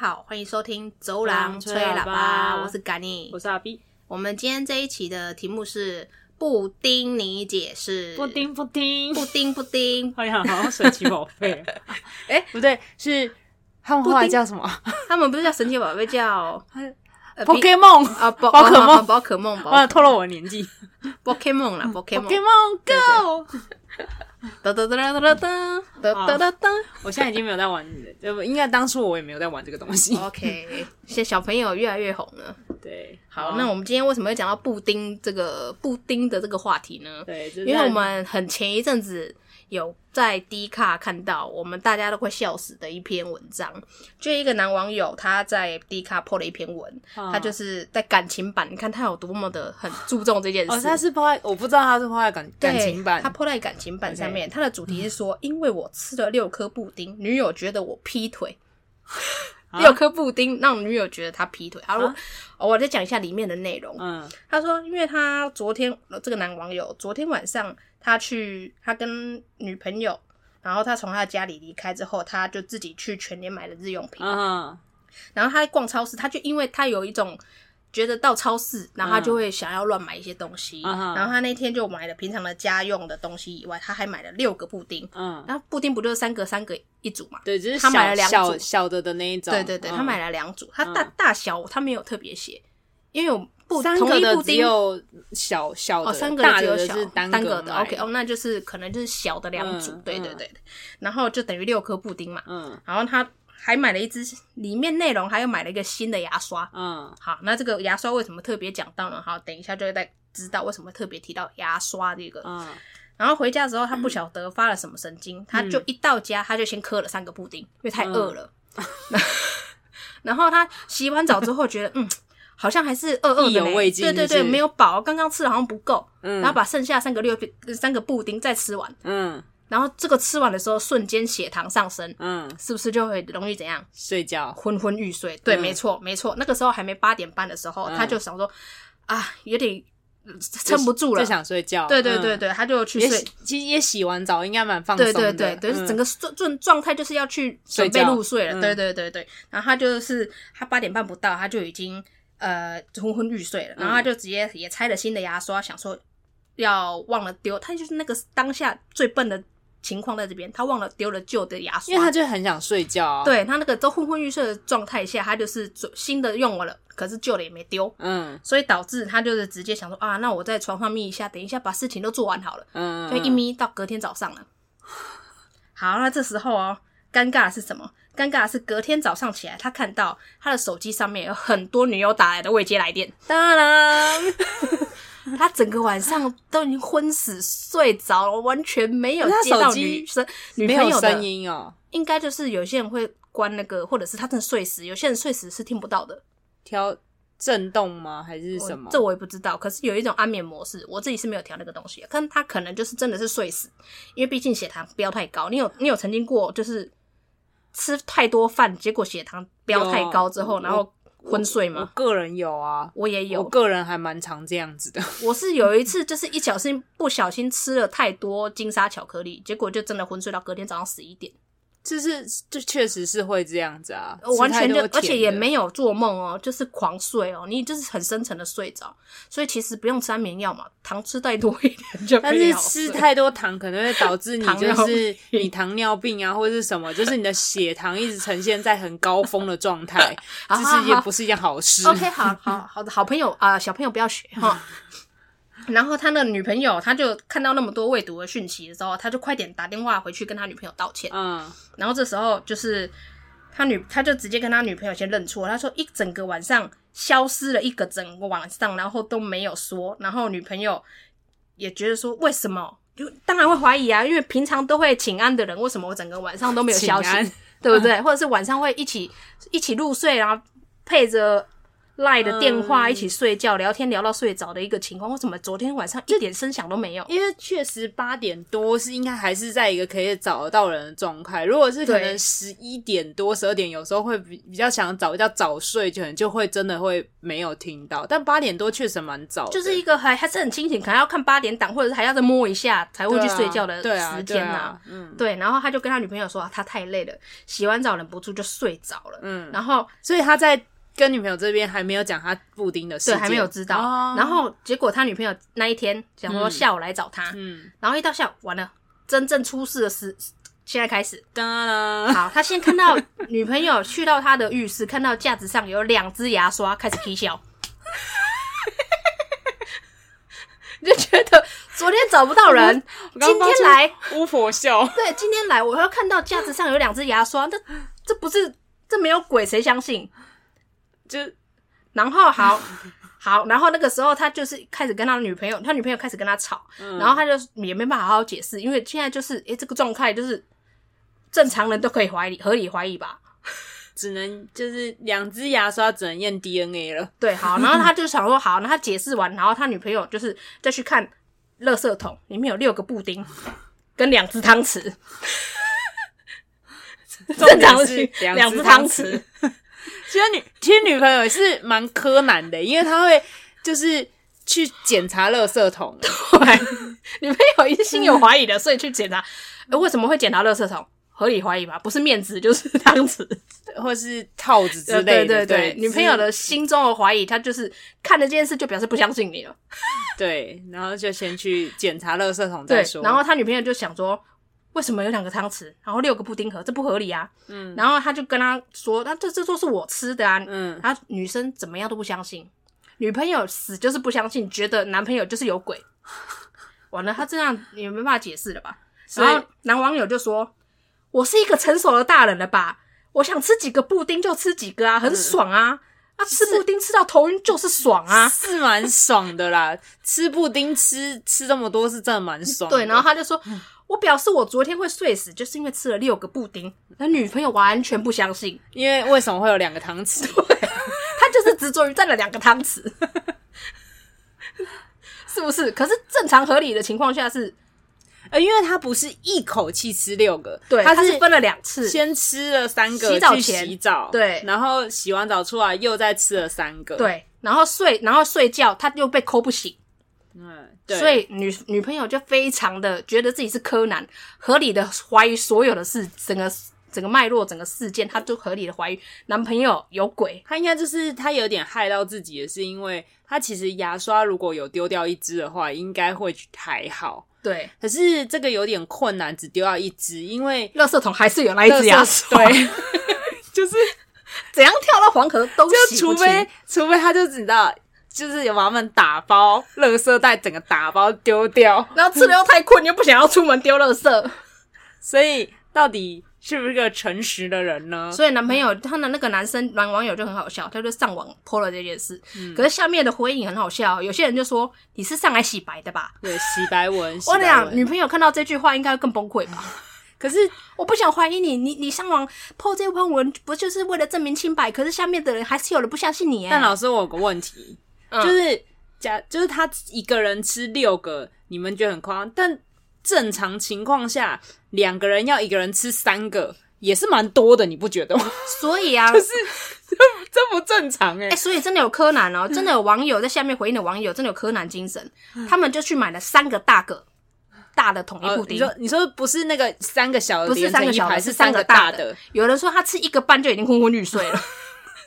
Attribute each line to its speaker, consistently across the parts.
Speaker 1: 好，欢迎收听《走
Speaker 2: 廊
Speaker 1: 廊吹
Speaker 2: 吹
Speaker 1: 喇叭
Speaker 2: 喇叭》，
Speaker 1: 我是甘尼
Speaker 2: 我。是阿 B，
Speaker 1: 我们今天这一期的题目是布丁，你解释。
Speaker 2: 布，丁布丁，
Speaker 1: 布丁，布丁，
Speaker 2: 好像好像神奇宝贝。哎、不对，是他们后来叫什么
Speaker 1: 他们不是叫神奇宝贝，叫呃比
Speaker 2: ？Pokemon
Speaker 1: 啊，宝
Speaker 2: 宝可梦
Speaker 1: 啊宝可梦，
Speaker 2: 忘了
Speaker 1: 宝
Speaker 2: 透露我年纪。
Speaker 1: Pokemon 啦，Pokemon。
Speaker 2: Pokemon Go，
Speaker 1: 哒哒哒哒哒哒哒哒哒哒。
Speaker 2: 我现在已经没有在玩你的，对不？应该当初我也没有在玩这个东西。
Speaker 1: OK，现在小朋友越来越红了。
Speaker 2: 对，
Speaker 1: 好，那我们今天为什么会讲到布丁这个布丁的这个话题呢？
Speaker 2: 对，就
Speaker 1: 因
Speaker 2: 是
Speaker 1: 为
Speaker 2: 在
Speaker 1: 我们很前一阵子有在 D 卡看到我们大家都快笑死的一篇文章，就一个男网友他在 D 卡破了一篇文，
Speaker 2: 嗯
Speaker 1: 他就是在感情版，你看他有多么的很注重这件事。
Speaker 2: 哦，他是抛在，我不知道他是抛在感
Speaker 1: 对
Speaker 2: 感情版
Speaker 1: 他。破在感情版
Speaker 2: OK
Speaker 1: 上面他的主题是说，因为我吃了六颗布丁，女友觉得我劈 腿。
Speaker 2: 啊
Speaker 1: 六颗布丁让女友觉得他劈腿。他说：“哦我再讲一下里面的内容。
Speaker 2: 嗯，
Speaker 1: 他说，因为他昨天呃这个男网友昨天晚上他去他跟女朋友，然后他从他家里离开之后，他就自己去全年买了日用品，
Speaker 2: 嗯，
Speaker 1: 然后他在逛超市，他就因为他有一种。觉得到超市，然后他就会想要乱买一些东西。
Speaker 2: 嗯哼
Speaker 1: 然后他那天就买了平常的家用的东西以外，他还买了六个布丁。
Speaker 2: 嗯，
Speaker 1: 然后布丁不就是三个三个一组嘛？
Speaker 2: 对，只是
Speaker 1: 他买
Speaker 2: 小
Speaker 1: 了两
Speaker 2: 小
Speaker 1: 组
Speaker 2: 小的的那一种。
Speaker 1: 对对对，他买
Speaker 2: 了
Speaker 1: 了两组，他大
Speaker 2: 嗯
Speaker 1: 大小他没有特别写，因为我布
Speaker 2: 三
Speaker 1: 同
Speaker 2: 个
Speaker 1: 一
Speaker 2: 的
Speaker 1: 布
Speaker 2: 只
Speaker 1: 丁
Speaker 2: 有小小的，
Speaker 1: 哦，三个
Speaker 2: 大
Speaker 1: 只
Speaker 2: 的
Speaker 1: 有小
Speaker 2: 是单
Speaker 1: 单个的
Speaker 2: 买
Speaker 1: ，OK，哦，那就是可能就是小的两组，
Speaker 2: 嗯
Speaker 1: 对对
Speaker 2: 嗯
Speaker 1: 对对然后就等于六颗布丁嘛，
Speaker 2: 嗯
Speaker 1: 然后他还买了一支，里面内容还有买了一个新的牙刷。
Speaker 2: 嗯
Speaker 1: 好，那这个牙刷为什么特别讲到呢？好，等一下就会再知道为什么特别提到牙刷这个。
Speaker 2: 嗯，
Speaker 1: 然后回家之后，他不晓得发了什么神经，他
Speaker 2: 嗯
Speaker 1: 就一到家他就先磕了三个布丁，因为太饿了。 然后他洗完澡之后觉得，嗯，好像还是饿饿
Speaker 2: 意
Speaker 1: 的
Speaker 2: 犹
Speaker 1: 呢，
Speaker 2: 未尽
Speaker 1: 对对
Speaker 2: 是
Speaker 1: 对，
Speaker 2: 不是
Speaker 1: 没有饱，刚刚吃的好像不够。
Speaker 2: 嗯
Speaker 1: 然后把剩下三个六三个布丁再吃完，
Speaker 2: 嗯
Speaker 1: 然后这个吃完的时候瞬间血糖上升，
Speaker 2: 嗯，
Speaker 1: 是不是就会容易怎样
Speaker 2: 睡觉，
Speaker 1: 昏昏欲睡？对，
Speaker 2: 嗯
Speaker 1: 没错没错，那个时候还没八点半的时候，
Speaker 2: 嗯
Speaker 1: 他就想说啊，有点呃撑不住了
Speaker 2: 就，想睡觉。
Speaker 1: 对对
Speaker 2: 嗯
Speaker 1: 对，对，他就去
Speaker 2: 也
Speaker 1: 睡
Speaker 2: 洗，其实也洗完澡应该蛮放松
Speaker 1: 对
Speaker 2: 的。
Speaker 1: 对对对，就是整
Speaker 2: 个
Speaker 1: 个状状状态就是要去准备
Speaker 2: 睡觉
Speaker 1: 入睡了，
Speaker 2: 嗯
Speaker 1: 对对对对，然后他就是他八点半不到他就已经呃昏昏欲睡了，然后
Speaker 2: 嗯
Speaker 1: 他就直接也拆了新的牙刷，想说要忘了丢，他就是那个当下最笨的情况在这边，他忘了丢了旧的牙刷，
Speaker 2: 因为他就很想睡觉啊。，
Speaker 1: 对他那个都昏昏欲睡的状态下，他就是准新的用完了，可是旧的也没丢。
Speaker 2: 嗯
Speaker 1: 所以导致他就是直接想说啊，那我在床上眯一下，等一下把事情都做完好了。
Speaker 2: 嗯，
Speaker 1: 就一
Speaker 2: 米
Speaker 1: 眯到隔天早上了。好，那这时候哦，尴尬的是什么？尴尬的是隔天早上起来，他看到他的手机上面有很多女友打来的未接来电，
Speaker 2: 当然，
Speaker 1: 他整个晚上都已经昏死睡着了，完全没有
Speaker 2: 可是他
Speaker 1: 接到
Speaker 2: 手机
Speaker 1: 女生 女
Speaker 2: 没
Speaker 1: 朋
Speaker 2: 有
Speaker 1: 友
Speaker 2: 声
Speaker 1: 的。
Speaker 2: 音哦，
Speaker 1: 应该就是有些人会关那个，或者是他真的睡死，有些人睡死是听不到的。
Speaker 2: 调震动吗？还是
Speaker 1: 我
Speaker 2: 什么？
Speaker 1: 哦这我也不知道。可是有一种安眠模式，我自己是没有调那个东西的，但他可能就是真的是睡死，因为毕竟血糖飙太高。你有你有曾经过就是吃太多饭，结果血糖飙太高之后，
Speaker 2: 有
Speaker 1: 然后昏睡
Speaker 2: 我
Speaker 1: 吗？
Speaker 2: 个人有啊，
Speaker 1: 我也有
Speaker 2: 我，个人还蛮常这样子的。
Speaker 1: 我是有一次就是一小心不小心吃了太多金沙巧克力，结果就真的昏睡到隔天早上十一点，呃
Speaker 2: 就是，就确实是会这样子啊，
Speaker 1: 完
Speaker 2: 吃太
Speaker 1: 全就
Speaker 2: 多
Speaker 1: 而且
Speaker 2: 甜
Speaker 1: 也
Speaker 2: 的
Speaker 1: 没有做梦哦，就是狂睡哦，你就是很深沉的睡着，所以其实不用吃安眠药嘛，糖吃太多一点就
Speaker 2: 但
Speaker 1: 可以
Speaker 2: 是
Speaker 1: 好
Speaker 2: 吃
Speaker 1: 睡
Speaker 2: 太多糖可能会导致你
Speaker 1: 糖
Speaker 2: 就
Speaker 1: 尿
Speaker 2: 是你糖尿病啊，或者是什么，就是你的血糖一直呈现在很高峰的状 态，
Speaker 1: 好
Speaker 2: 这
Speaker 1: 好
Speaker 2: 是也
Speaker 1: 好
Speaker 2: 不是一件好事。
Speaker 1: OK，好好好的好朋友啊、小朋友不要学哈。然后他的女朋友，他就看到那么多未读的讯息的时候，他就快点打电话回去跟他女朋友道歉。
Speaker 2: 嗯
Speaker 1: 然后这时候就是他女，他就直接跟他女朋友先认错，他说一整个晚上消失了一个整个晚上，然后都没有说，然后女朋友也觉得说为什么？就当然会怀疑啊，因为平常都会请安的人，为什么我整个晚上都没有消息
Speaker 2: 请安？
Speaker 1: 啊对不对？或者是晚上会一起一起入睡，然后配着赖的电话
Speaker 2: 嗯
Speaker 1: 一起睡觉、聊天聊到睡着的一个情况，为什么昨天晚上一点声响都没有？
Speaker 2: 因为确实八点多是应该还是在一个可以找得到人的状态，如果是可能
Speaker 1: 对
Speaker 2: 十一点多、十二点，有时候会比比较想找一觉早睡，可能就会真的会没有听到。但八点多确实蛮早的，
Speaker 1: 就是一个还还是很清醒，可能要看八点档，或者是还要再摸一下才会去睡觉的
Speaker 2: 对啊
Speaker 1: 时
Speaker 2: 对
Speaker 1: 间
Speaker 2: 啊
Speaker 1: 呐、
Speaker 2: 对啊嗯
Speaker 1: 对，然后他就跟他女朋友说、啊他太累了，洗完澡忍不住就睡着了。
Speaker 2: 嗯，
Speaker 1: 然后
Speaker 2: 所以他在跟女朋友这边还没有讲他布丁的事
Speaker 1: 对
Speaker 2: 件，
Speaker 1: 还没有知道，
Speaker 2: 哦
Speaker 1: 然后结果他女朋友那一天想说
Speaker 2: 嗯
Speaker 1: 下午来找他，
Speaker 2: 嗯，
Speaker 1: 然后一到下午完了，真正出事的事现在开始。
Speaker 2: 当然
Speaker 1: 好，他先看到女朋友去到他的浴室，看到架子上有两只牙刷，开始啼笑。 你就觉得昨天找不到人，
Speaker 2: 我
Speaker 1: 今
Speaker 2: 刚刚
Speaker 1: 天来，
Speaker 2: 巫婆笑，
Speaker 1: 对，今天来我要看到架子上有两只牙刷，那这不是这没有鬼，谁相信？
Speaker 2: 就
Speaker 1: 然后好 好，然后那个时候他就是开始跟他女朋友，他女朋友开始跟他吵，
Speaker 2: 嗯
Speaker 1: 然后他就也没办法好好解释，因为现在就是诶、这个状态就是正常人都可以怀疑，合理怀疑吧。
Speaker 2: 只能就是两只牙刷只能验 DNA 了，
Speaker 1: 对，好，然后他就想说好，那他解释完，然后他女朋友就是再去看垃圾桶，里面有六个布丁跟两只汤匙， 正常
Speaker 2: 重点
Speaker 1: 是
Speaker 2: 是两
Speaker 1: 两
Speaker 2: 只
Speaker 1: 只
Speaker 2: 汤
Speaker 1: 汤
Speaker 2: 匙
Speaker 1: 匙。
Speaker 2: 其实 女其实女朋友也是蛮柯南的，因为她会就是去检查垃圾桶，
Speaker 1: 对，女朋友一定心有怀疑的，所以去检查、呃为什么会检查垃圾桶？合理怀疑吧，不是面子就是汤匙
Speaker 2: 或是套子之
Speaker 1: 对
Speaker 2: 类 的。
Speaker 1: 对
Speaker 2: 对，
Speaker 1: 女朋友的心中的怀疑，她就是看了这件事就表示不相信你了。
Speaker 2: 对，然后就先去检查垃圾桶再
Speaker 1: 对
Speaker 2: 说。，
Speaker 1: 然后他女朋友就想说，为什么有两个汤匙，然后六个布丁盒，这不合理啊。嗯，然后他就跟他说，那这这都是我吃的啊。
Speaker 2: 嗯，
Speaker 1: 然后女生怎么样都不相信，女朋友死就是不相信，觉得男朋友就是有 鬼。完了，他这样也没办法解释了吧？
Speaker 2: 所
Speaker 1: 然
Speaker 2: 以
Speaker 1: 后男网友就说：“我是一个成熟的大人了吧？我想吃几个布丁就吃几个啊，
Speaker 2: 嗯
Speaker 1: 很爽啊！啊，吃布丁吃到头晕就是爽啊！
Speaker 2: 是蛮爽的啦，吃布丁吃吃这么多是真的蛮爽的。
Speaker 1: 对，然后他就说：“我表示我昨天会睡死，就是因为吃了六个布丁。”那女朋友完全不相信，
Speaker 2: 因为为什么会有两个汤匙？
Speaker 1: 她就是执着于占了两个汤匙， 是不是？可是正常合理的情况下是，
Speaker 2: 呃，因为他不是一口气吃六个，
Speaker 1: 对，
Speaker 2: 他
Speaker 1: 她是分了两次，
Speaker 2: 先吃了三个，
Speaker 1: 洗澡
Speaker 2: 去
Speaker 1: 前
Speaker 2: 洗澡，
Speaker 1: 对
Speaker 2: 然后洗完澡出来又再吃了三个，，
Speaker 1: 对，然后睡，然后睡觉，她又被抠不醒，
Speaker 2: 嗯，对，
Speaker 1: 所以女女朋友就非常的觉得自己是柯南，合理的怀疑所有的事，整个整个脉络，整个事件，她就合理的怀疑男朋友有鬼。
Speaker 2: 他应该就是他有点害到自己，也是因为他其实牙刷如果有丢掉一支的话，应该会还好。
Speaker 1: 对，
Speaker 2: 可是这个有点困难，只丢掉一支，因为
Speaker 1: 垃圾桶还是有那一只牙刷，
Speaker 2: 对， 就是
Speaker 1: 怎样跳到黄河都
Speaker 2: 就
Speaker 1: 洗不
Speaker 2: 除
Speaker 1: 清
Speaker 2: 非除非他就只知道，就是有把它们打包，垃圾袋整个打包丢掉，
Speaker 1: 然后吃的又太困，又不想要出门丢垃圾，
Speaker 2: 所以到底是不是个诚实的人呢？
Speaker 1: 所以男朋友他的那个男生男网友就很好笑，他就上网 po 了这件事，可是下面的回应很好笑，有些人就说你是上来洗白的吧？
Speaker 2: 对，洗白文，洗
Speaker 1: 我
Speaker 2: 白
Speaker 1: 俩女
Speaker 2: 文
Speaker 1: 朋友看到这句话应该会更崩溃吧？
Speaker 2: 可是
Speaker 1: 我不想怀疑你，你你上网 po 这篇文不就是为了证明清白？可是下面的人还是有人不相信你哎、
Speaker 2: 但老师，我有个问题，
Speaker 1: 嗯
Speaker 2: 就是假就是他一个人吃六个，你们觉得很夸张，但正常情况下，两个人要一个人吃三个，也是蛮多的，你不觉得吗？
Speaker 1: 所以啊，
Speaker 2: 这不正常哎、
Speaker 1: 哎、所以真的有柯南哦，真的有网友在下面回应的网友，真的有柯南精神，他们就去买了三个大个大的统一
Speaker 2: 呃
Speaker 1: 布丁。
Speaker 2: 你说你说不是那个三个小的
Speaker 1: 不是
Speaker 2: 连成
Speaker 1: 三
Speaker 2: 一
Speaker 1: 个小
Speaker 2: 排，
Speaker 1: 的，
Speaker 2: 是
Speaker 1: 三
Speaker 2: 个
Speaker 1: 个
Speaker 2: 大
Speaker 1: 的。有人说他吃一个半就已经昏昏欲睡了，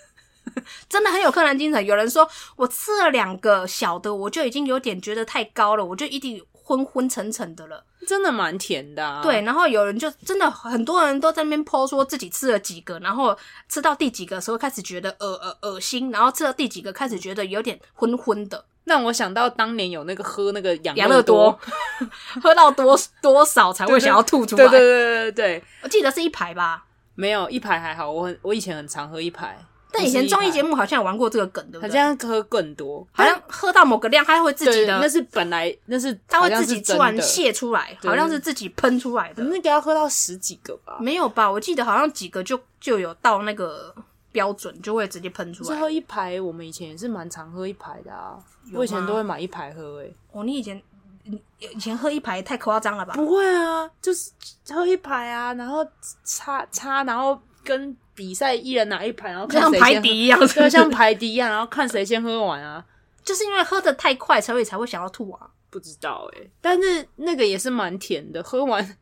Speaker 1: 真的很有柯南精神。有人说我吃了两个小的，我就已经有点觉得太高了，我就一定昏昏沉沉的了。
Speaker 2: 真的蛮甜的、啊。
Speaker 1: 对，，然后有人就真的很多人都在那边 po 说自己吃了几个，然后吃到第几个的时候开始觉得恶恶恶心，然后吃到第几个开始觉得有点昏昏的。
Speaker 2: 让我想到当年有那个喝那个养
Speaker 1: 养
Speaker 2: 乐
Speaker 1: 乐多， 喝到多多少才会想要吐出来？
Speaker 2: 对对对对对，
Speaker 1: 我记得是一排吧。
Speaker 2: 没有一排还好，我很我以前很常喝一排，
Speaker 1: 但以前综艺节
Speaker 2: 目
Speaker 1: 目好像有玩过这个梗，对不
Speaker 2: 好
Speaker 1: 对？
Speaker 2: 像喝更多，
Speaker 1: 好像喝到某个量，它会自己
Speaker 2: 哎对，那
Speaker 1: 的，
Speaker 2: 是本来那是
Speaker 1: 它
Speaker 2: 好
Speaker 1: 会
Speaker 2: 像
Speaker 1: 自
Speaker 2: 是
Speaker 1: 己
Speaker 2: 真
Speaker 1: 突然
Speaker 2: 的，
Speaker 1: 泄出来，
Speaker 2: 对嗯
Speaker 1: 好像是自己喷出来的。嗯
Speaker 2: 那个要喝到十几个吧。
Speaker 1: 没有吧？我记得好像几个就就有到那个标准，就会直接喷出
Speaker 2: 最
Speaker 1: 来。
Speaker 2: 后一排我们以前也是蛮常喝一排的啊，
Speaker 1: 有
Speaker 2: 我以前
Speaker 1: 吗
Speaker 2: 都会买一排喝欸诶、
Speaker 1: 哦，你以前你以前喝一排太夸张了吧？
Speaker 2: 不会啊，就是喝一排啊，然后擦擦，然后跟比赛一人拿一排，然后
Speaker 1: 就
Speaker 2: 看
Speaker 1: 像
Speaker 2: 谁
Speaker 1: 排
Speaker 2: 先喝，
Speaker 1: 敌一样，
Speaker 2: 对， 像排敌一样，然后看谁先喝完啊。
Speaker 1: 就是因为喝的太快，所以才会想要吐啊。
Speaker 2: 不知道诶、但是那个也是蛮甜的，喝完。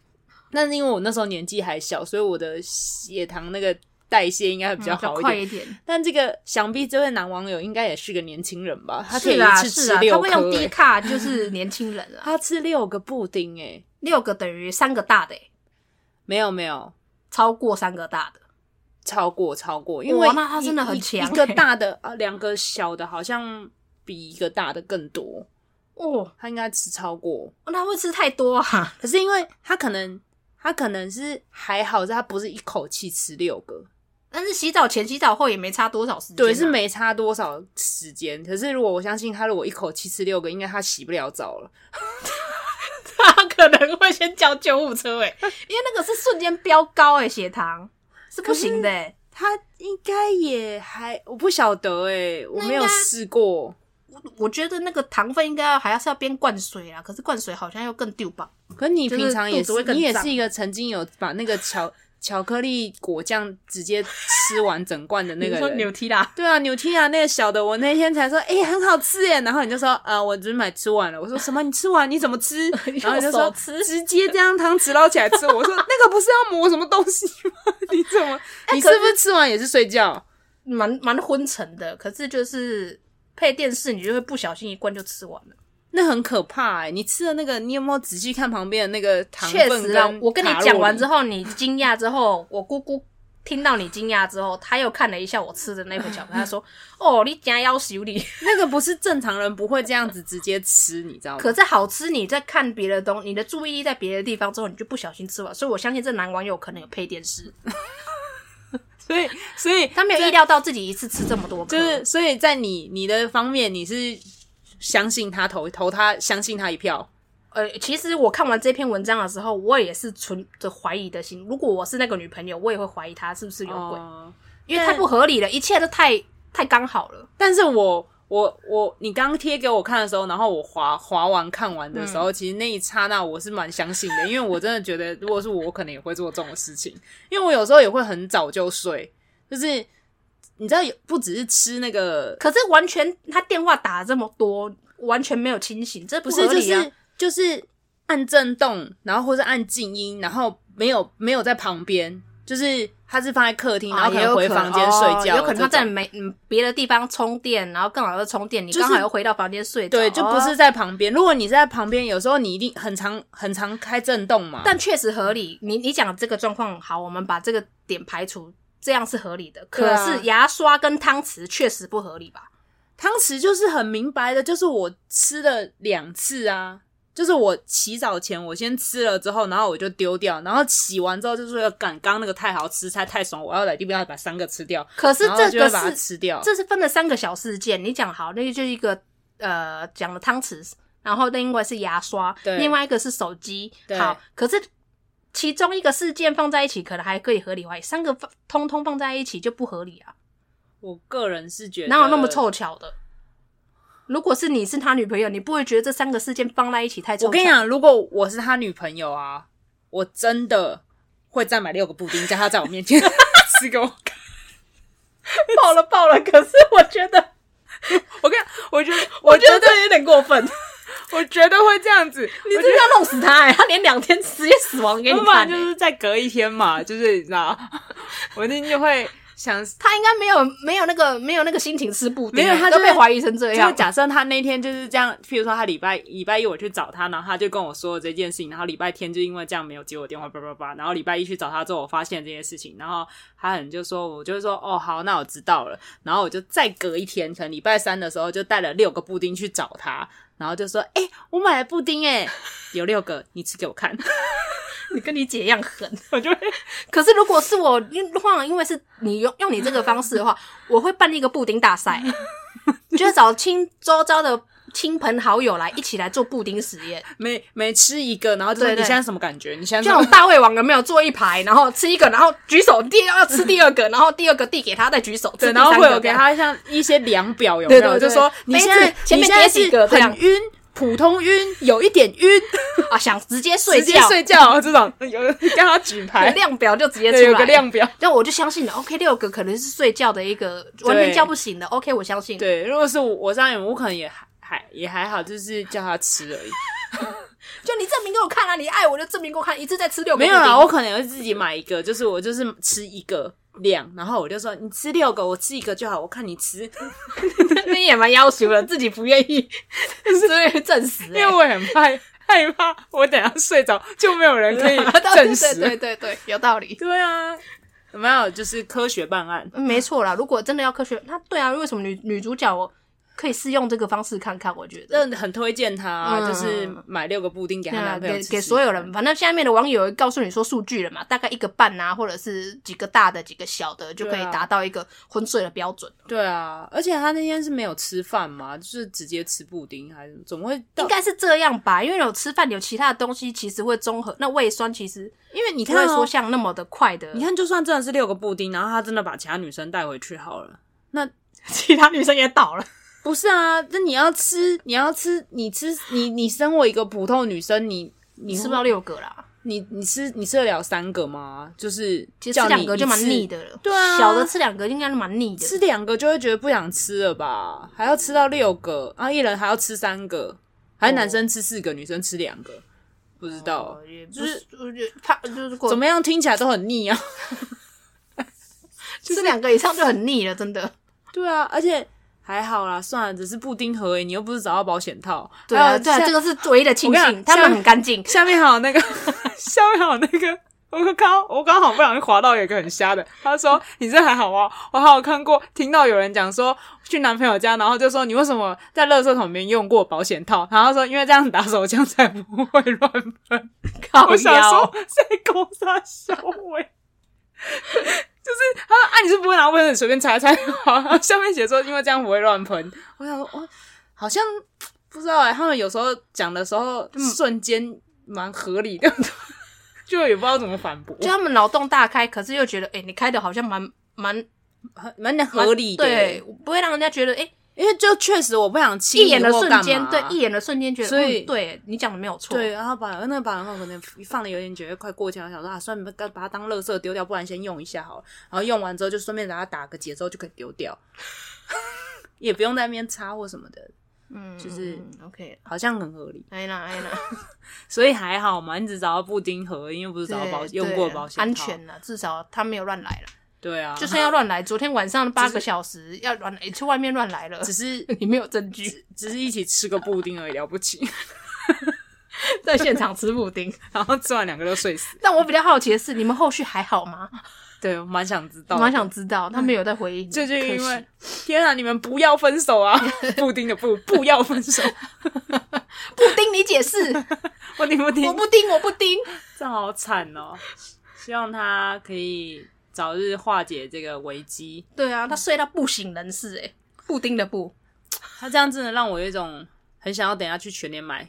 Speaker 2: 但是因为我那时候年纪还小，所以我的血糖那个代谢应该会比较
Speaker 1: 嗯
Speaker 2: 好一
Speaker 1: 快
Speaker 2: 点。
Speaker 1: 一点。
Speaker 2: 但这个想必这位男网友应该也是个年轻人啊吧？他可以
Speaker 1: 是
Speaker 2: 一
Speaker 1: 啦
Speaker 2: 次
Speaker 1: 是
Speaker 2: 吃
Speaker 1: 啦，
Speaker 2: 六
Speaker 1: 他
Speaker 2: 颗、
Speaker 1: 会用低
Speaker 2: 欸
Speaker 1: 卡，就是年轻人 啊，
Speaker 2: 他吃六个布丁欸诶、
Speaker 1: 六个等于三个大的欸、
Speaker 2: 没有没有，
Speaker 1: 超过三个大的。
Speaker 2: 超过超过，因为
Speaker 1: 那他
Speaker 2: 一
Speaker 1: 真的很
Speaker 2: 一
Speaker 1: 强
Speaker 2: 一个
Speaker 1: 欸
Speaker 2: 大的啊，两个小的，好像比一个大的更多。
Speaker 1: 哦，
Speaker 2: 他应该吃超过，
Speaker 1: 那会吃太多啊。
Speaker 2: 可是因为他可能他可能是还好，是他不是一口气吃六个，
Speaker 1: 但是洗澡前、洗澡后也没差多少时间、啊。
Speaker 2: 对，是没差多少时间。可是如果我相信他，如果一口气吃六个，应该他洗不了澡了。
Speaker 1: 他可能会先叫救护车哎、因为那个是瞬间飙高哎、血糖是不行的、欸。
Speaker 2: 他应该也还，我不晓得诶、我
Speaker 1: 那
Speaker 2: 没有
Speaker 1: 应该
Speaker 2: 试过。
Speaker 1: 我我觉得那个糖分应该要还要是要边灌水啊，可是灌水好像又更丢吧。
Speaker 2: 可你
Speaker 1: 就是
Speaker 2: 平常也
Speaker 1: 肚子
Speaker 2: 是，
Speaker 1: 会更
Speaker 2: 你也
Speaker 1: 胀
Speaker 2: 是一个曾经有把那个巧巧克力果酱直接吃完整罐的那
Speaker 1: 你
Speaker 2: 个
Speaker 1: 说
Speaker 2: 人。
Speaker 1: 扭踢啦，
Speaker 2: 对啊，牛踢啊，那个小的，我那天才说，哎、很好吃耶，然后你就说，啊，我只是买吃完了。我说什么？你吃完你怎么 吃？然后你就
Speaker 1: 用手
Speaker 2: 说直接这样汤匙捞起来吃。我说那个不是要磨什么东西吗？ 你怎么？
Speaker 1: 哎
Speaker 2: 你是不是吃完也是睡觉？
Speaker 1: 蛮蛮昏沉的，可是就是配电视，你就会不小心一罐就吃完了。
Speaker 2: 那很可怕哎！你吃的那个，你有没有仔细看旁边的那个糖
Speaker 1: 确
Speaker 2: 分
Speaker 1: 实啊，我跟你讲完之
Speaker 2: 后，
Speaker 1: 后，你惊讶之后，我姑姑听到你惊讶之后，她又看了一下我吃的那份巧克力，她说：“哦，你家要修理。”
Speaker 2: 那个不是正常人不会这样子直接吃，你知道吗？
Speaker 1: 可是好吃，你在看别的东，你的注意力在别的地方之后，你就不小心吃完。所以我相信这男网友可能有配电视，
Speaker 2: 所以，所以
Speaker 1: 他没有意料到自己一次吃这么多颗，
Speaker 2: 就是，所以在你你的方面，你是相信他投投他，相信他一票。
Speaker 1: 呃，其实我看完这篇文章的时候，我也是存着怀疑的心。如果我是那个女朋友，我也会怀疑她是不是有鬼，
Speaker 2: 哦
Speaker 1: 因为太不合理了，一切都太太刚好了。
Speaker 2: 但是我我我，你刚贴给我看的时候，然后我划划完看完的时
Speaker 1: 嗯
Speaker 2: 候，其实那一刹那我是蛮相信的，因为我真的觉得，如果是我，我可能也会做这种事情，因为我有时候也会很早就睡，就是你知道，有不只是吃那个
Speaker 1: 可是完全他电话打了这么多，完全没有清醒，这不
Speaker 2: 不
Speaker 1: 合
Speaker 2: 是，就
Speaker 1: 理啊！
Speaker 2: 是就是按震动，然后或是按静音，然后没有没有在旁边，就是他是放在客厅，然
Speaker 1: 啊
Speaker 2: 后可能回房间睡觉、
Speaker 1: 也有可能哦有可能他在
Speaker 2: 这种
Speaker 1: 没嗯别的地方充电，然后刚好在充电，你
Speaker 2: 就是
Speaker 1: 刚好又回到房间睡着、
Speaker 2: 对，就不
Speaker 1: 哦
Speaker 2: 是在旁边。如果你是在旁边，有时候你一定很常很常开震动嘛。
Speaker 1: 但确实合理。你你讲这个状况好，我们把这个点排除，这样是合理的。
Speaker 2: 对
Speaker 1: 可
Speaker 2: 啊
Speaker 1: 是牙刷跟汤匙确实不合理吧？
Speaker 2: 汤匙就是很明白的，就是我吃了两次啊。就是我洗澡前，我先吃了之后，然后我就丢掉，然后洗完之后就是赶刚那个太好吃，太太爽，我要来地方把三个吃掉，
Speaker 1: 可是
Speaker 2: 然后
Speaker 1: 这
Speaker 2: 就会
Speaker 1: 个
Speaker 2: 把它
Speaker 1: 是
Speaker 2: 吃掉。
Speaker 1: 这是分了三个小事件。你讲好，那个就是一个呃讲了汤匙，然后另外是牙刷，
Speaker 2: 对
Speaker 1: 另外一个是手机
Speaker 2: 对。
Speaker 1: 好，可是其中一个事件放在一起，可能还可以合理怀疑，三个放通通放在一起就不合理啊，
Speaker 2: 我个人是觉得
Speaker 1: 哪有那么凑巧的？如果是你是他女朋友，你不会觉得这三个事件放在一起太凑巧？
Speaker 2: 我跟你，讲，如果我是他女朋友啊，我真的会再买六个布丁，叫他在我面前 吃给我看。
Speaker 1: 爆了爆了！可是我觉得，
Speaker 2: 我跟你讲我觉得，我觉得，
Speaker 1: 这有点过分。
Speaker 2: 我绝对会这样子。
Speaker 1: 你真的要弄死他、欸？他连两天直接死亡给
Speaker 2: 要
Speaker 1: 你
Speaker 2: 不
Speaker 1: 看、
Speaker 2: 然
Speaker 1: 欸
Speaker 2: 就是再隔一天嘛，就是你知 道，我一定就会想，就
Speaker 1: 他应该没有没有那个没有那个心情吃布丁欸、
Speaker 2: 没有他
Speaker 1: 都
Speaker 2: 就是
Speaker 1: 被怀疑成这样
Speaker 2: 是。假设他那天就是这样，譬如说他礼拜礼拜一我去找他，然后他就跟我说了这件事情，然后礼拜天就因为这样没有接我电话，叭叭叭，然后礼拜一去找他之后，我发现这件事情，然后他很就说，我就会说，哦，好，那我知道了，然后我就再隔一天，可能礼拜三的时候就带了六个布丁去找他，然后就说，哎、我买了布丁、哎，有六个，你吃给我看，
Speaker 1: 你跟你姐一样狠。
Speaker 2: 我就会
Speaker 1: 可是如果是我的话，因为是你用用欸你这个方式的话，我会办一个布丁大赛，就是找亲周遭的亲朋好友来一起来做布丁实验，
Speaker 2: 每每吃一个，然后就说
Speaker 1: 对
Speaker 2: 你
Speaker 1: 对
Speaker 2: 现在什么感觉？你现在
Speaker 1: 就
Speaker 2: 什
Speaker 1: 那
Speaker 2: 么
Speaker 1: 种大胃王有没有坐一排，然后吃一个，然后举手第要吃第二个，然后第二个递给他再举手，
Speaker 2: 对，
Speaker 1: 吃第
Speaker 2: 然后
Speaker 1: 三
Speaker 2: 会
Speaker 1: 个
Speaker 2: 有
Speaker 1: 这
Speaker 2: 给
Speaker 1: 样
Speaker 2: 他像一些量表，有没有？
Speaker 1: 对对对
Speaker 2: 就说你
Speaker 1: 杯子
Speaker 2: 现在
Speaker 1: 前
Speaker 2: 你
Speaker 1: 面
Speaker 2: 现在
Speaker 1: 叠几个
Speaker 2: 是
Speaker 1: 这样
Speaker 2: 很晕，普通晕，有一点晕，
Speaker 1: 啊，想直接睡
Speaker 2: 直接
Speaker 1: 觉，
Speaker 2: 睡觉这种， 有让他举
Speaker 1: 有
Speaker 2: 牌，
Speaker 1: 量表就直接
Speaker 2: 对，
Speaker 1: 出
Speaker 2: 有个
Speaker 1: 来。
Speaker 2: 量表。
Speaker 1: 但我就相信了，OK，六个可能是睡觉的一个完全叫不醒的，OK，我相信。
Speaker 2: 对，如果是我我上瘾，我可能也还还也还好，就是叫他吃 而已。
Speaker 1: 就你证明给我看啊，你爱我就证明给我看，一次再吃六个
Speaker 2: 没有
Speaker 1: 布丁
Speaker 2: 啦，我可能会自己买一个，就是我就是吃一个量，然后我就说你吃六个，我吃一个就好，我看你吃，
Speaker 1: 那也蛮要求的，自己不愿 意，所以证实、 欸
Speaker 2: 因为我很害害怕，我等一下睡着就没有人 可以证实。
Speaker 1: 对对对对，有道理。
Speaker 2: 对啊，没有，就是科学办案。
Speaker 1: 没错啦，如果真的要科学，那对啊，为什么女女主角我可以试用这个方式看看？我觉得，
Speaker 2: 真的很推荐她，
Speaker 1: 嗯
Speaker 2: 就是买六个布嗯丁给她
Speaker 1: 对啊
Speaker 2: 男朋友
Speaker 1: 给
Speaker 2: 吃
Speaker 1: 给所有人，反正下面的网友会告诉你说数据了嘛，大概一个半啊，或者是几个大的，几个小的，就可以
Speaker 2: 对啊
Speaker 1: 达到一个昏睡的标准。
Speaker 2: 对啊，而且她那天是没有吃饭嘛，就是直接吃布丁，还是怎么会到
Speaker 1: 应？该是这样吧，因为有吃饭有其他的东西，其实会综合。那胃酸其实
Speaker 2: 因为你
Speaker 1: 你不
Speaker 2: 看、
Speaker 1: 会
Speaker 2: 哦
Speaker 1: 说，像那么的快的。
Speaker 2: 你看，就算真的是六个布丁，然后她真的把其他女生带回去好了。
Speaker 1: 其他女生也倒了，
Speaker 2: 不是啊，那你要吃，你要吃，你吃，你你身为一个普通女生，你你
Speaker 1: 你 吃不到六个啦，
Speaker 2: 你你吃你吃得了三个吗？就是
Speaker 1: 其实
Speaker 2: 叫
Speaker 1: 吃
Speaker 2: 你
Speaker 1: 两个就
Speaker 2: 一
Speaker 1: 蛮
Speaker 2: 次
Speaker 1: 腻，的了。
Speaker 2: 对啊
Speaker 1: 小的吃两个应该是蛮腻的。
Speaker 2: 吃两个就会觉得不想吃了吧？还要吃到六个，然后一人还要吃三个，还是男生吃四个，女生吃两个，不知道
Speaker 1: 哦，也不
Speaker 2: 就是
Speaker 1: 是我觉得怕就是
Speaker 2: 怎
Speaker 1: 过
Speaker 2: 么样，听起来都很腻啊。
Speaker 1: 吃两个以上就很腻了，真的。
Speaker 2: 对啊，而且还好啦，算了，只是布丁盒而已，你又不是找到保险套。
Speaker 1: 对啊，
Speaker 2: 还有
Speaker 1: 对啊，
Speaker 2: 下
Speaker 1: 这个是唯一的庆
Speaker 2: 我跟你
Speaker 1: 幸，
Speaker 2: 讲
Speaker 1: 他们
Speaker 2: 像
Speaker 1: 很干净。
Speaker 2: 下面还有那个， 下面还有那个，我刚我刚好不小心滑到有一个很瞎的，他说你这还好吗？我还有看过听到有人讲说去男朋友家，然后就说你为什么在垃圾桶里面用过保险套？然后他说因为这样打手枪才不会乱喷。
Speaker 1: 靠
Speaker 2: 我想说
Speaker 1: 腰，
Speaker 2: 在攻杀小伟。 就是他说啊，你是不会拿卫生纸随便擦一擦就好。然后下面写说，因为这样不会乱喷。我想说，哦，好像不知道哎、他们有时候讲的时候，瞬间蛮合理的， 就也不知道怎么反驳，
Speaker 1: 就他们脑洞大开，可是又觉得，哎，你开的好像蛮蛮
Speaker 2: 很蛮合理的。欸
Speaker 1: 对，，不会让人家觉得，哎，
Speaker 2: 因为就确实我不想亲
Speaker 1: 一
Speaker 2: 你
Speaker 1: 眼的
Speaker 2: 或干
Speaker 1: 瞬间，
Speaker 2: 嘛
Speaker 1: 对，一眼的瞬间觉得，
Speaker 2: 所以
Speaker 1: 嗯对你讲的没有错，
Speaker 2: 对，然后把那个保险套可能放的有点觉得快过期了，想说啊，算了，把把它当垃圾丢掉，不然先用一下好了。然后用完之后就顺便把它打个结之后就可以丢 掉，也不用在那边擦或什么的，
Speaker 1: 嗯，
Speaker 2: 就是
Speaker 1: 嗯嗯 OK。
Speaker 2: 好像很合理。
Speaker 1: 哎啦哎啦，
Speaker 2: 所以还好嘛，你只找到布丁盒，因为不是找到保
Speaker 1: 对
Speaker 2: 用过的保
Speaker 1: 对
Speaker 2: 险套
Speaker 1: 安，全了，至少他没有乱来了。
Speaker 2: 对啊，
Speaker 1: 就算要乱来，昨天晚上八个小时要乱来，去外面乱来了，
Speaker 2: 只 是
Speaker 1: 你没有证据，
Speaker 2: 只是一起吃个布丁而已，了不起。
Speaker 1: 在现场吃布丁。
Speaker 2: 然后吃完两个都睡死，
Speaker 1: 但我比较好奇的是，你们后续还好吗？
Speaker 2: 对我蛮想知道
Speaker 1: 我
Speaker 2: 的，
Speaker 1: 蛮想知道，他们有在回应你，
Speaker 2: 这就
Speaker 1: 可惜
Speaker 2: 因为天啊，你们不要分手 啊！布丁的布不要分 手，
Speaker 1: 布丁，你解 释，
Speaker 2: 我听不听？
Speaker 1: 我不丁，我不丁，
Speaker 2: 这好惨哦！希望他可以早日化解这个危机。
Speaker 1: 对啊，他睡到不省人事，哎，布丁的布，
Speaker 2: 他这样真的让我有一种很想要等一下去全年买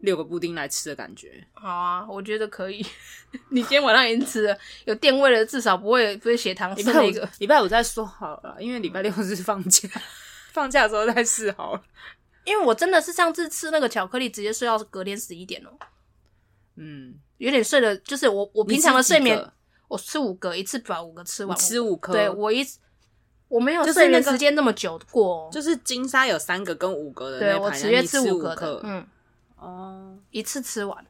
Speaker 2: 六个布丁来吃的感觉。
Speaker 1: 好啊，我觉得可以。 你今天晚上已经吃了，有垫胃了，至少不会不会血糖
Speaker 2: 礼
Speaker 1: 剩
Speaker 2: 拜
Speaker 1: 了
Speaker 2: 五
Speaker 1: 一个。
Speaker 2: 礼拜五再说好了，因为礼拜六是放假， 放假的时候再试好了。嗯
Speaker 1: 因为我真的是上次吃那个巧克力，直接睡到隔天十一点哦、
Speaker 2: 嗯，
Speaker 1: 有点睡了，就是我我平常的
Speaker 2: 你吃几
Speaker 1: 睡眠
Speaker 2: 个，
Speaker 1: 我吃五个，一次把五个吃
Speaker 2: 你
Speaker 1: 完。
Speaker 2: 吃五颗，
Speaker 1: 对我一我没有
Speaker 2: 就是
Speaker 1: 睡眠
Speaker 2: 那个
Speaker 1: 时间那么久过、哦，
Speaker 2: 就是金沙有三个跟五个的
Speaker 1: 对
Speaker 2: 那
Speaker 1: 我
Speaker 2: 盘，
Speaker 1: 十
Speaker 2: 然后
Speaker 1: 月
Speaker 2: 你
Speaker 1: 吃
Speaker 2: 吃
Speaker 1: 五个
Speaker 2: 个
Speaker 1: 的，嗯，
Speaker 2: 哦。
Speaker 1: 一次吃完。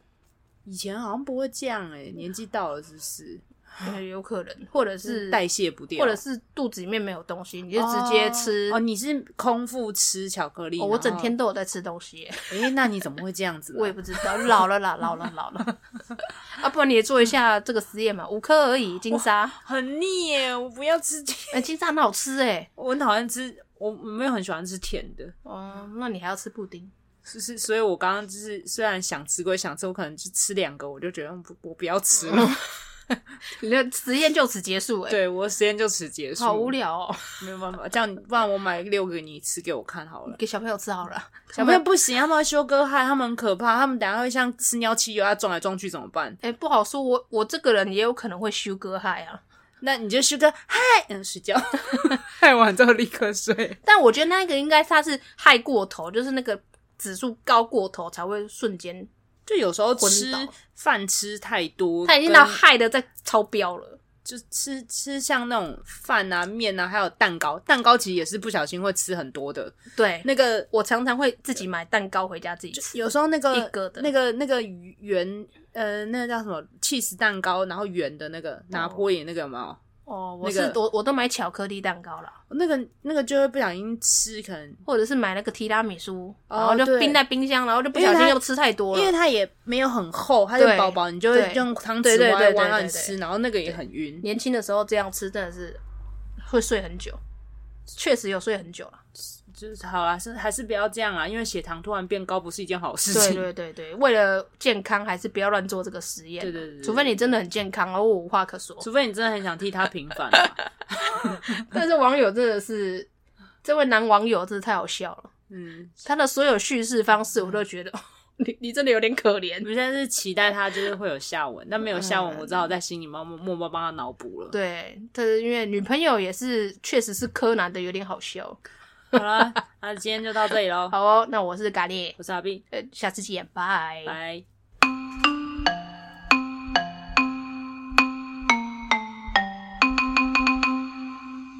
Speaker 2: 以前好像不会这样哎、年纪到了是不是？
Speaker 1: 呃有可能，或者是
Speaker 2: 代谢不掉，
Speaker 1: 或者是肚子里面没有东西，你就直接吃。
Speaker 2: 哦。哦你是空腹吃巧克力？
Speaker 1: 哦我整
Speaker 2: 然后
Speaker 1: 天都有在吃东西 耶，
Speaker 2: 诶，那你怎么会这样子呢？啊
Speaker 1: 我也不知道，老了啦，老了老了。 啊，不然你也做一下这个实验嘛，五颗而已，金沙，
Speaker 2: 很腻耶，我不要吃甜，
Speaker 1: 哎、金沙很好吃哎，
Speaker 2: 我很讨厌吃，我我没有很喜欢吃甜的，
Speaker 1: 哦、那你还要吃布丁？
Speaker 2: 就是所以，我
Speaker 1: 哦
Speaker 2: 刚刚就是虽然想吃归想吃，我可能就吃两个，我就觉得嗯不我不要吃了，
Speaker 1: 你的实验就此结束、欸，哎，
Speaker 2: 对我实验就此结束，
Speaker 1: 好无，聊哦、
Speaker 2: 没有办法，这样不然我买六个你吃给我看好了。
Speaker 1: 给小朋友吃好了，
Speaker 2: 小朋友不行，他嗯们会休哥汗，他们很可怕，他们等下会像吃尿汽油，要撞来撞去怎么办？
Speaker 1: 哎、不好说，我我这个人也有可能会修割害啊。
Speaker 2: 那你就休哥嗨，嗯，睡觉， 嗨完之后立刻睡。
Speaker 1: 但我觉得那个应该他是害过头，就是那个指数高过头才会瞬间，
Speaker 2: 就有时候
Speaker 1: 昏
Speaker 2: 吃
Speaker 1: 倒
Speaker 2: 饭吃太多，
Speaker 1: 他已经到
Speaker 2: 跟
Speaker 1: 害的在超标了。
Speaker 2: 就吃吃像那种饭啊、面啊，还有蛋糕，蛋糕其实也是不小心会吃很多的。
Speaker 1: 对，
Speaker 2: 那个
Speaker 1: 我常常会自己买蛋糕回家自己吃。
Speaker 2: 有时候那个
Speaker 1: 一个的
Speaker 2: 那个那个圆呃，那个叫什么 cheese 蛋糕，然后圆的那个拿坡里那个有没有？
Speaker 1: 哦，我
Speaker 2: 那
Speaker 1: 是、
Speaker 2: 个
Speaker 1: 我我都买巧克力蛋糕啦，
Speaker 2: 那个那个就会不小心吃，可能
Speaker 1: 或者是买那个提拉米苏，
Speaker 2: 哦
Speaker 1: 然后就
Speaker 2: 对
Speaker 1: 冰在冰箱，然后就不
Speaker 2: 因为
Speaker 1: 小心
Speaker 2: 它
Speaker 1: 又吃太多
Speaker 2: 因为
Speaker 1: 了。
Speaker 2: 它也没有很厚，它就
Speaker 1: 对
Speaker 2: 薄薄，你就会
Speaker 1: 对
Speaker 2: 用汤
Speaker 1: 对
Speaker 2: 匙
Speaker 1: 对
Speaker 2: 挖
Speaker 1: 对
Speaker 2: 一挖
Speaker 1: 对
Speaker 2: 让你
Speaker 1: 对对
Speaker 2: 吃，然后那个也很晕。
Speaker 1: 年轻的时候这样吃真的是会睡很久，确实有睡很久啊了。
Speaker 2: 就是好啦，是还是不要这样啦，因为血糖突然变高不是一件好事
Speaker 1: 对
Speaker 2: 情。
Speaker 1: 对对对，为了健康还是不要乱做这个实验啊。
Speaker 2: 对对对对
Speaker 1: 除非你真的很健康，然后我无话可说。
Speaker 2: 除非你真的很想替他平反 啦，
Speaker 1: 但是网友真的是，这位男网友真的太好笑了，
Speaker 2: 嗯，
Speaker 1: 他的所有叙事方式我都觉得， 你你真的有点可怜
Speaker 2: 我。们现在是期待他就是会有下文，但没有下文，我只好在心里默默默默帮他脑补了。
Speaker 1: 对，但是因为女朋友也是，确实是柯南的有点好笑。
Speaker 2: 好啦，那今天就到这里喽。
Speaker 1: 好哦，那我是咖喱，
Speaker 2: 我是阿斌，
Speaker 1: 呃，下次见，拜。
Speaker 2: 拜。